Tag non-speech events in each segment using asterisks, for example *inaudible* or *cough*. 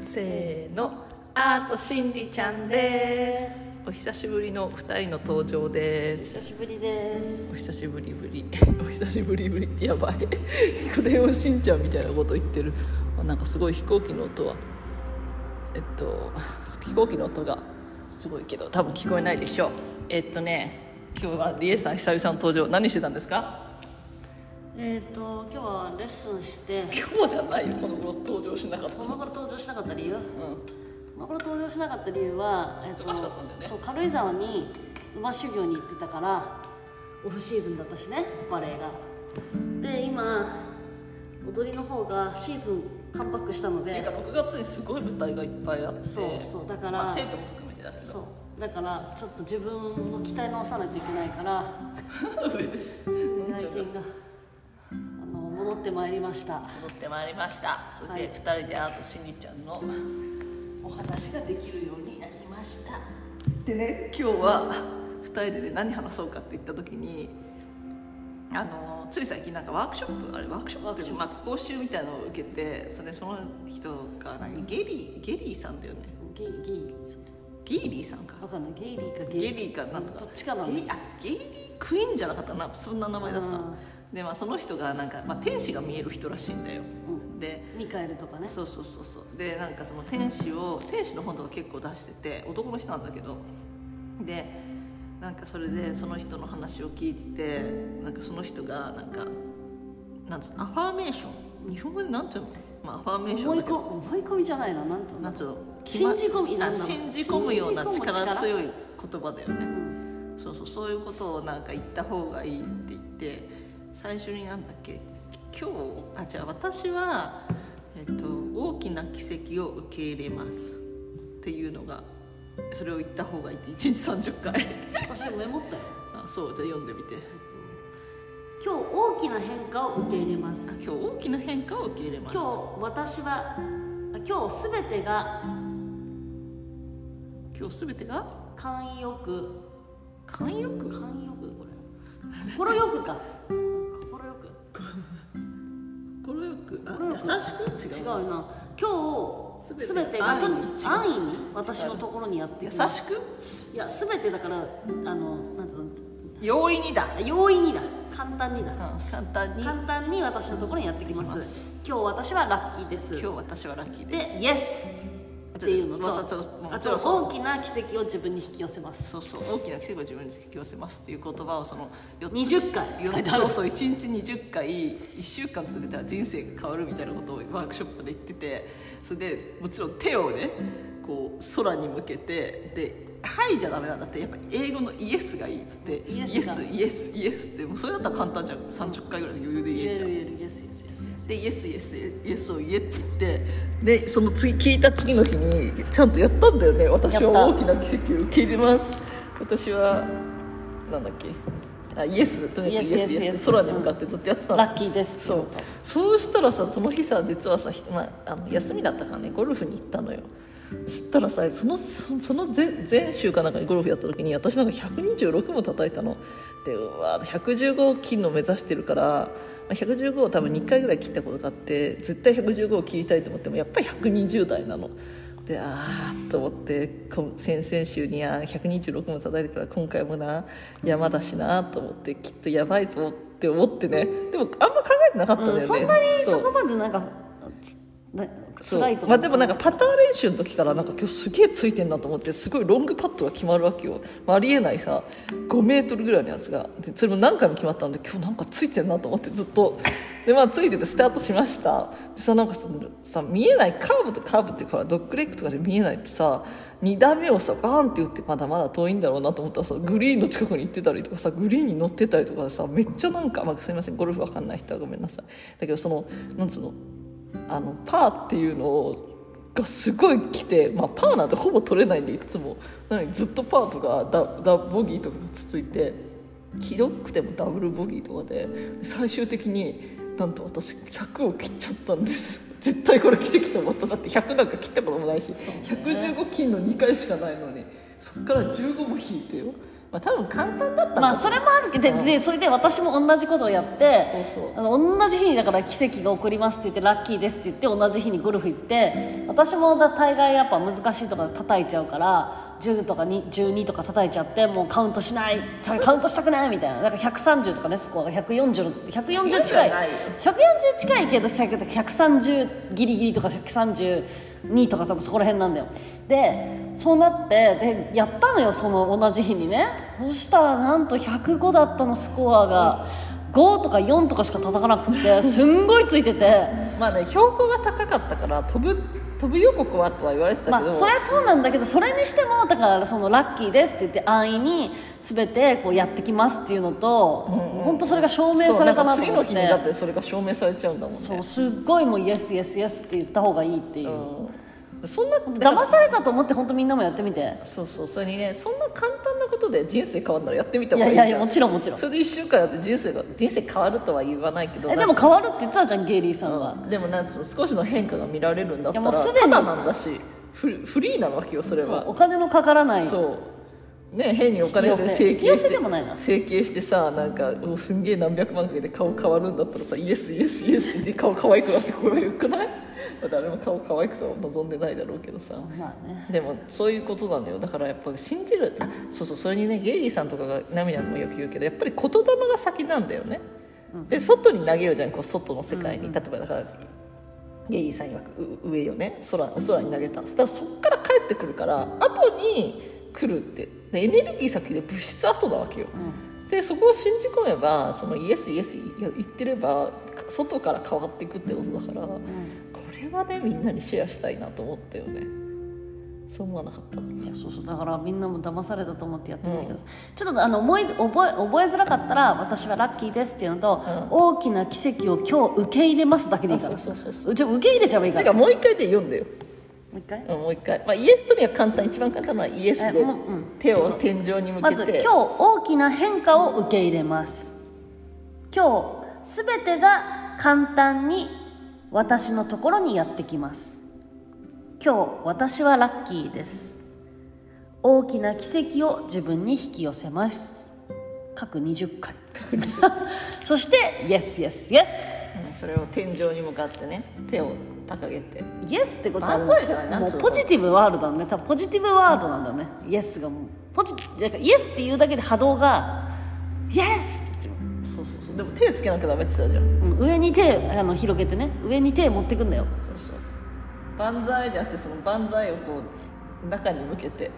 せーのアートしんりちゃんですお久しぶりの二人の登場です久しぶりですお久しぶりぶり *laughs* お久しぶりぶりってやばい *laughs* クレヨンしんちゃんみたいなこと言ってるあなんかすごい飛行機の音はえっと飛行機の音がすごいけど多分聞こえないでしょうえっとね今日はリエさん久々の登場何してたんですか *laughs* えっ、と今日はレッスンして今日じゃないよこの頃登場しなかったの今から登場しなかった理由うん今から登場しなかった理由は、えーと忙しかったんだよねそう軽井沢に馬修行に行ってたからオフシーズンだったしねバレエがで今踊りの方がシーズン関白したのていうかで6月にすごい舞台がいっぱいあってそうそうだからまあ、生徒も含めてだけどそうだからちょっと自分の期待直さないといけないから上で内見があの戻ってまいりました戻ってまいりましたそれはいで2人でアートしにちゃんのお話ができるようになりましたでね今日は2人でね何話そうかって言った時にあのつい最近なんかワークショップあれワークショップっていうのまあ、講習みたいなのを受けてそれその人が何ゲリゲリーさんだよねゲイゲイゲイリーさんかわかんないゲイリーかゲイゲリーかなんとかどっちかなんゲだイあゲイリークイーンじゃなかったなそんな名前だったうんでまあその人がなんか、まあ、天使が見える人らしいんだよ、でミカエルとかねそうそうそうそうでなんかその天使を天使の本とか結構出してて男の人なんだけどでなんかそれでその人の話を聞いててなんかその人がなんかなんつうのアファーメーション日本語でなんていうの、まあ、アファーメーション思だいけ込ど思い込みじゃないななんとななんつうの信じ込みあなんだろう信じ込むような信じ込む力力強い言葉だよね、そうそうそういうことをなんか言った方がいいって言って最初になんだっけ今日あじゃあ私は、えっと、大きな奇跡を受け入れますっていうのがそれを言った方がいいって1日30回 *laughs* 私メモったよあそうじゃあ読んでみて今日大きな変化を受け入れまあす今日大きな変化を受け入れます今日私はあ今日すべてが今日全てが寛容く寛容寛く容くこれ心よくか心よく心よくあ心優よくしく違違ううな今全て日すべてが安易にと安易に私のところにやって優きますしくいやすべてだからあのなんつうの容易にだ、あ容易にだ簡単にだ簡単に今簡単に私のところにやってきますやってきます今日私はラッキーです日私はラッキーでですイエスっていうのまあとそうそうもあちろとんそう大きな奇跡を自分に引き寄せますそうそう大きな奇跡を自分に引き寄せますっていう言葉をその4つ20回四つそうそう1日20回1週間続けたら人生が変わるみたいなことをワークショップで言っててそれでもちろん手をねこう空に向けてで「はい」じゃダメなんだってやっぱ英語の「イエス」がいいっつって「イイエエスス」 「イエスが」 「イエス」ってもうそれだったら簡単じゃん30回ぐらいで余裕でイ言えエるじゃんルイエルイエスイエスイエスイエスで「イエスイエスイエスを言え」って言ってでその次聞いた次の日にちゃんとやったんだよね私はやった大きな奇跡を受け入れます私はなんだっけあイエスとにかくイエスイエスって空に向かってずっとやってたのラッキーですそうそうしたらさその日さ実はさ、ひまあ、あの休みだったからねゴルフに行ったのよそしたらさそのそその前前週かなんかにゴルフやった時に私なんか126も叩いたのでうわ115金の目指してるからまあ115を多分2回ぐらい切ったことがあって絶対115を切りたいと思ってもやっぱり120代なのでああと思ってこ先々週にあー126も叩いてから今回もな山だしなと思ってきっとやばいぞって思ってねでもあんま考えてなかったんだよね、そんなにそそうこまでなんかつなそう辛いとまあ、でもなんかパター練習の時からなんか今日すげえついてんなと思ってすごいロングパットが決まるわけよ、まあ、ありえないさ5メートルぐらいのやつがでそれも何回も決まったんで今日なんかついてんなと思ってずっとでまあついててスタートしましたでさなんかささ見えないカーブとカーブってほらドッグレッグとかで見えないってさ2打目をさバーンって打ってまだまだ遠いんだろうなと思ったらさグリーンの近くに行ってたりとかさグリーンに乗ってたりとかさめっちゃなんか、まあ、すいませんゴルフわかんない人はごめんなさいだけどそのなんつうのあのパーっていうのがすごい来て、まあ、パーなんてほぼ取れないんでいつもなのにずっとパーとかダダボギーとかが続いてひどくてもダブルボギーとかで最終的になんと私100を切っちゃったんです絶対これ奇跡と思っただって100なんか切ったこともないし、115金の2回しかないのにそっから15も引いてよまあ多分簡単だったんだまあそれもあるけどででそれで私も同じことをやってそうそうあの同じ日にだから奇跡が起こりますって言ってラッキーですって言って同じ日にゴルフ行って私もだ大概やっぱ難しいとか叩いちゃうから10とかに12とか叩いちゃってもうカウントしないカカウントしたくないみたいなだから130とかねスコアが140 140近140はいないよ140近いけど130ギリギリとか132とか多分そこら辺なんだよでそうなってでやったのよその同じ日にねそしたらなんと105だったのスコアが5とか4とかしか叩かなくてすんごいついててまあね標高が高かったから飛ぶ飛ぶ予告はとは言われてたけまど、あそれはそうなんだけどそれにしてもだからそのラッキーですって言って安易に全てこうやってきますっていうのと本当それが証明されたなとそう思ってんか次の日にだってそれが証明されちゃうんだもんねそうすっごいもうイエスイエスイエスって言った方がいいっていう、うんそんな騙されたと思って本当みんなもやってみてそうそうそれにねそんな簡単なことで人生変わるならやってみたい方がやいいいじゃんやいやもちろんもちろんそれで1週間やって人生が人生変わるとは言わないけどえでも変わるって言ってたじゃんゲイリーさんは、うんでもなんつうの少しの変化が見られるんだったいやらもうすでにただなんだしフリフリーなわけよそれそうはお金のかからないそうね変にお金引でき寄せ請引き寄求しせてでもないな整形してさなんかおすんげえ何百万かけて顔変わるんだったらさイエスイエスイエスって顔可愛くなってこれよくない *laughs* 誰も顔可愛くとは望んでないだろうけどさまあねでもそういうことなのよだからやっぱ信じるあそうそうそれにねゲイリーさんとかが涙もよく言うけどやっぱり言霊が先なんだよね、で外に投げるじゃんこう外の世界に、例えばだからゲイリーさん曰くう上よね空お空に投げたそしたらそっから帰ってくるから後に来るってでエネルギー先で物質後なわけよ、でそこを信じ込めばそのイエスイエス言ってれば外から変わっていくってことだから、これはねみんなにシェアしたいなと思ったよねそう思わなかったいやそうそうだからみんなも騙されたと思ってやってみてください、ちょっとあの思い覚え覚えづらかったら私はラッキーですっていうのと、大きな奇跡を今日受け入れますだけでいいからあそうそうそうそうち受け入れちゃえばいいかてらかももう一回で読んでよ、う一回うん、もう一回、まあ、イエスとには簡単一番簡単なのはイエスえでもううん手を天井に向まけずて、今日大きな変化を受け入れます今日すべてが簡単に私のところにやってきます今日私はラッキーです大きな奇跡を自分に引き寄せます各20回 *laughs* そして「イエスイエスイエスうんそれを天井に向かってね手を掲げて」イエスってことは万も歳じゃないうなんつうのもうポジティブワードだね多分ポジティブワードなんだね、イエスがもうポジだからイエスっていうだけで波動が「イエス!」ってそうそうそうでも手つけなきゃダメって言ってたじゃんうん上に手あの広げてね上に手持ってくんだよそうそう万歳じゃなくてその万歳をこう中に向けてこ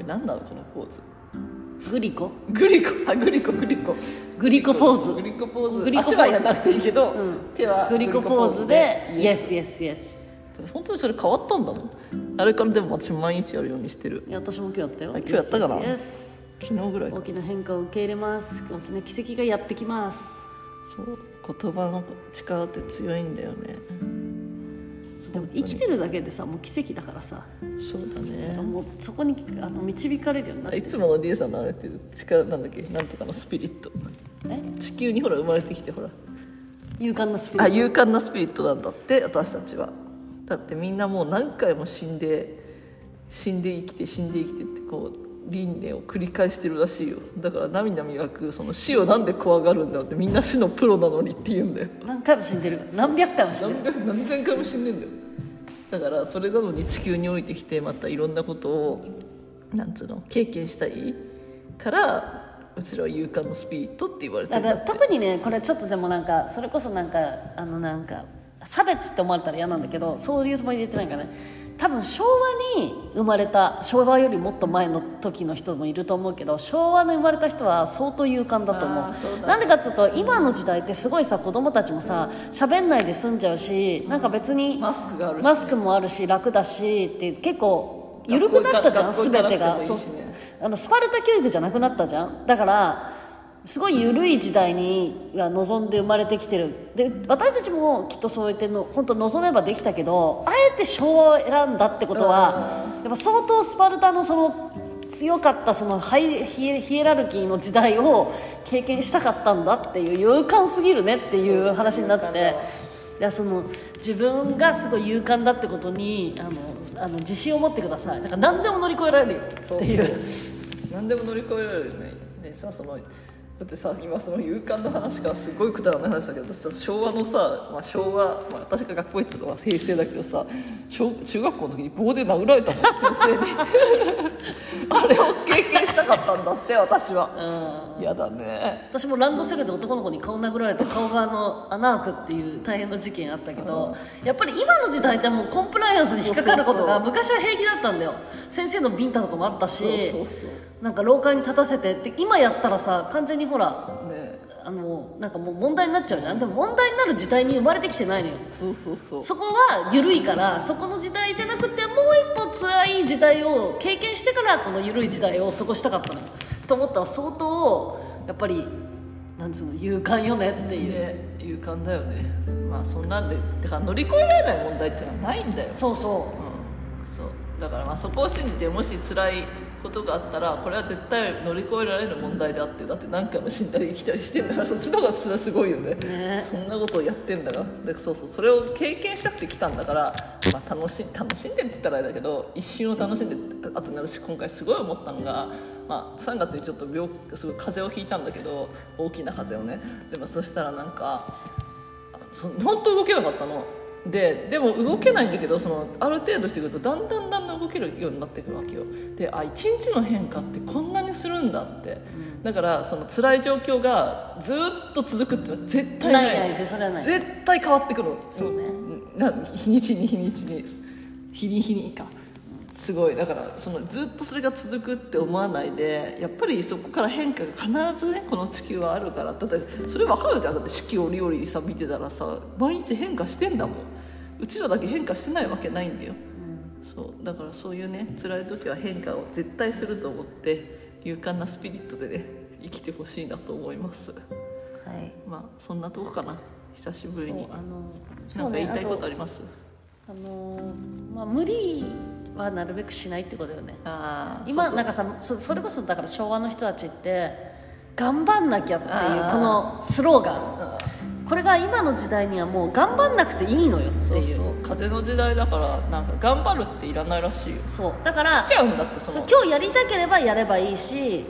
れ何なのこのポーズグリコグリコあグリコグリコグリコポーズグリコポーズグリコポーズ足はやらなくていいけど、うん手はグリコポーズでイエスイエスイエス本当にそれ変わったんだもんあれからでも私毎日やるようにしてるいや私も今日やったよあ今日やったかな Yes, yes, yes 昨日ぐらいか大きな変化を受け入れます大きな奇跡がやってきますそう言葉の力って強いんだよねそうでも生きてるだけでさもう奇跡だからさそうだねもうそこにあの導かれるようになっていつものリエさんのあれって力なんだっけなんとかのスピリットえ地球にほら生まれてきてほら勇敢なスピリあット勇敢なスピリットなんだって私たちはだってみんなもう何回も死んで死んで生きて死んで生きてってこう輪廻を繰り返してるらしいよだから涙磨くその死をなんで怖がるんだろうってみんな死のプロなのにって言うんだよ何回も死んでる何百回も死んで何る百何千回も死んでんだよだからそれなのに地球に降りてきてまたいろんなことをなんつうの経験したいからうちらは勇敢のスピリットって言われてるだんかだらって特にねこれちょっとでもなんかそれこそなんかあのなんか差別って思われたら嫌なんだけどそういうつもりで言ってないからね多分昭和に生まれた昭和よりもっと前の時の人もいると思うけど昭和に生まれた人は相当勇敢だと思あーそうだうねなんでかっていうと今の時代ってすごいさ子供たちもさ喋んないで済んじゃうしなんか別にマスクがあるしマスクもあるし楽だしって結構緩くなったじゃん学校全行かてが学そ校行かなくてもいいしねうあのスパルタ教育じゃなくなったじゃんだからすごい緩い時代には望んで生まれてきてるで私たちもきっとそうやっての本当望めばできたけどあえて昭和を選んだってことはやっぱ相当スパルタのその強かったそのハイヒエヒエラルキーの時代を経験したかったんだっていう勇敢すぎるねっていう話になって。いやその自分がすごい勇敢だってことにあのあの自信を持ってくださいだから何でも乗り越えられるよっていうそう *laughs* 何でも乗り越えられるよねねさそのだってさ今その勇敢の話がすごいくだらない話だけどさ昭和のさ、まあ、昭和、まあ、私が学校行ったのは平成だけどさ小中学校の時に棒で殴られたもん先 *laughs* 生にあれを経験したかったんだって私はうん嫌だね私もランドセルで男の子に顔殴られて顔があの穴開くっていう大変な事件あったけどやっぱり今の時代じゃもうコンプライアンスに引っかかることがそう昔は平気だったんだよ先生のビンタとかもあったしそうそうそなんか廊下に立たせてって今やったらさ完全にほらうねあのなんかもう問題になっちゃうじゃんでも問題になる時代に生まれてきてないのよそうそうそうそこは緩いからそこの時代じゃなくてもう一歩辛い時代を経験してからこの緩い時代を過ごしたかったのよと思ったら相当やっぱりなんつうの勇敢よねっていう、ね勇敢だよねまあそんなんでだから乗り越えられない問題っていうのはないんだよそうそうんそうだからまあそこを信じてもし辛いことがあったらこれは絶対乗り越えられる問題であってだって何回も死んだり生きたりしてんだからそっちの方が辛いすごいよねうねそんなことをやってんだからでそうそうそれを経験したくて来たんだから、まあ、楽し楽しんでって言ったらあれだけど一瞬を楽しんでってあとね私今回すごい思ったのが、まあ、3月にちょっと病すごい風邪をひいたんだけど大きな風邪をねでもそしたらなんかあのそ本当動けなかったのででも動けないんだけどそのある程度してくるとだんだんだんだん動けるようになっていくわけよであ一日の変化ってこんなにするんだってだからその辛い状況がずーっと続くってのは絶対なないいないですよそれはない絶対変わってくるのそうねうんな日にちに日にちに日に日にかすごいだからそのずっとそれが続くって思わないでやっぱりそこから変化が必ずねこの地球はあるからだってそれ分かるじゃんだって四季折々さ見てたらさ毎日変化してんだもんうちらだけ変化してないわけないんだよそうだからそういうね辛い時は変化を絶対すると思って勇敢なスピリットでね生きてほしいなと思いますはいまあそんなとこかな久しぶそりにうあのなんか言いたいことありりますあのまあ無理はなるべくしないってことよねあー今そうそうなんかさそそれこそだから昭和の人たちって頑張んなきゃっていうあーこのスローガンあこれが今の時代にはもう頑張んなくていいのよってーいうそうそう風の時代だからなんか頑張るっていらないらしいよそうだから来ちゃうんだってそそうの今日やりたければやればいいし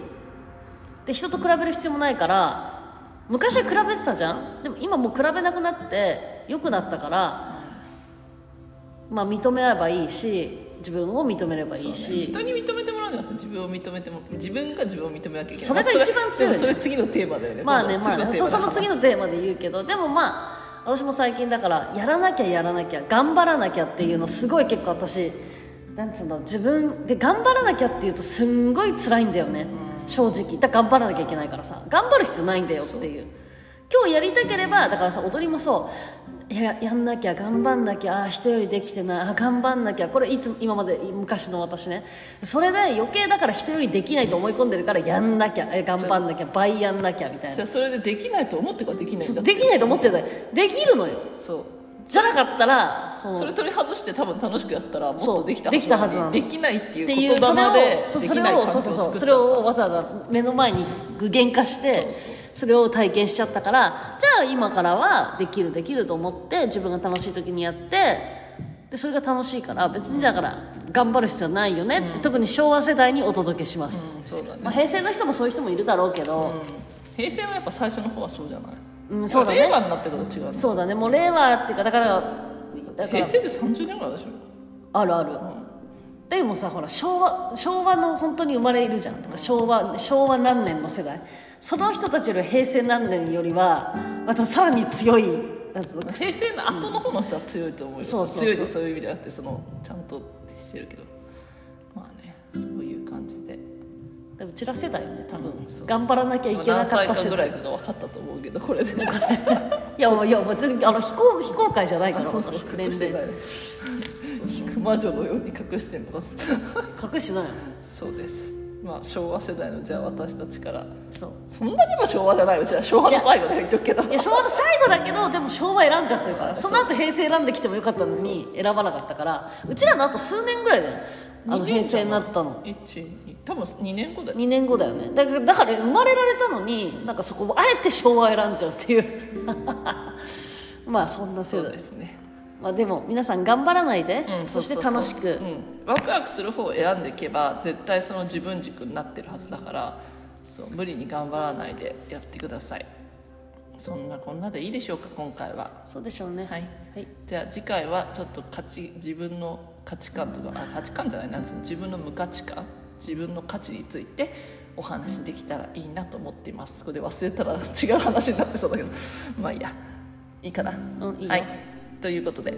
で人と比べる必要もないから昔は比べてたじゃんでも今もう比べなくなって良くなったから、まあ、認め合えばいいし自分を認めればいいそうねし、人に認めてもらうんじゃなくて自分を認めても自分が自分を認めなきゃいけないそれが一番強いねでもそれ次のテーマだよねまあねまあ今ね度そうそのテーマだから次のテーマで言うけどでもまあ私も最近だからやらなきゃやらなきゃ頑張らなきゃっていうのすごい結構私なんつうの自分で頑張らなきゃっていうとすんごい辛いんだよね、正直だから頑張らなきゃいけないからさ頑張る必要ないんだよっていう今日やりたければだからさ踊りもそういややんなきゃ頑張んなきゃあー人よりできてないあー頑張んなきゃこれいつも今まで昔の私ねそれで余計だから人よりできないと思い込んでるからやんなきゃえ頑張んなきゃ倍やんなきゃみたいなじゃあそれでできないと思ってからできないんだできないと思ってたよできるのよそうじゃなかったらそうそれ取り外して多分楽しくやったらもっそとうできたできたはずななののにできないってっていいう言うそれ葉でをそうでそきれない環を境そをうそうそう作っそちれゃったをわざわざ目の前に具現化してそうそうそれを体験しちゃったからじゃあ今からはできるできると思って自分が楽しい時にやってでそれが楽しいから別にだから頑張る必要ないよねって、特に昭和世代にお届けします、うんそうだねまあ、平成の人もそういう人もいるだろうけど、平成はやっぱ最初の方はそうじゃない、うんそうだね令和になってから違うのそうだねもう令和っていうかだからだから平成で30年ぐらいでしょあるある、でもさほら昭和昭和の本当に生まれいるじゃんだから昭和昭和何年の世代その人たちより平成何年よりはまたさらに強いなんつうの平成の後の方の人は強いと思うよ、そうそうそ強ういでそういう意味じゃなくてそのちゃんとしてるけどまあねそういう感じででもうちら世代よね多分、うんそうそう頑張らなきゃいけなかっ何た歳世かぐら代いかが分かったと思うけどこれでいやもういや別にあの非公非公開じゃないからそう私そう年隠してな齢い *laughs* 魔女のように隠してんのか隠してないよそうですまあ昭和世代のじゃあ私たちからそうそんなにも昭和じゃないよじゃあ昭和の最後で言っとくけどいや昭和の最後だけどでも昭和選んじゃってるからその後平成選んできてもよかったのに選ばなかったからうちらのあと数年ぐらいだよあの二年平じゃない成になったの12多分2年後だよ2年後だよねだからだから生まれられたのになんかそこをあえて昭和選んじゃうっていう *laughs* まあそんなそ世う代ですねまあ、でも皆さん頑張らないで、うんそうしてうう楽しくうん、ワクワクする方を選んでいけば絶対その自分軸になってるはずだからそう無理に頑張らないでやってくださいそんなこんなでいいでしょうか今回はそうでしょうねはい、はいじゃあ次回はちょっと価値自分の価値観とかあ価値観じゃないなんつうの自分の無価値観自分の価値についてお話できたらいいなと思っていますそこで忘れたら違う話になってそうだけど *laughs* まあいいやいいかな、うんいいよはいということで、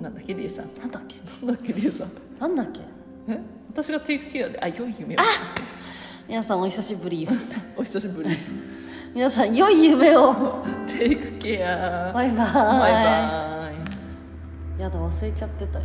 なんだっけリエさんなんだっけなんだっけリエさんなんだっけえ私がテイクケアであ良い夢を皆さんお久しぶりお久しぶり皆さん良い夢をテイクケアバイバイバイバイやだ忘れちゃってたよ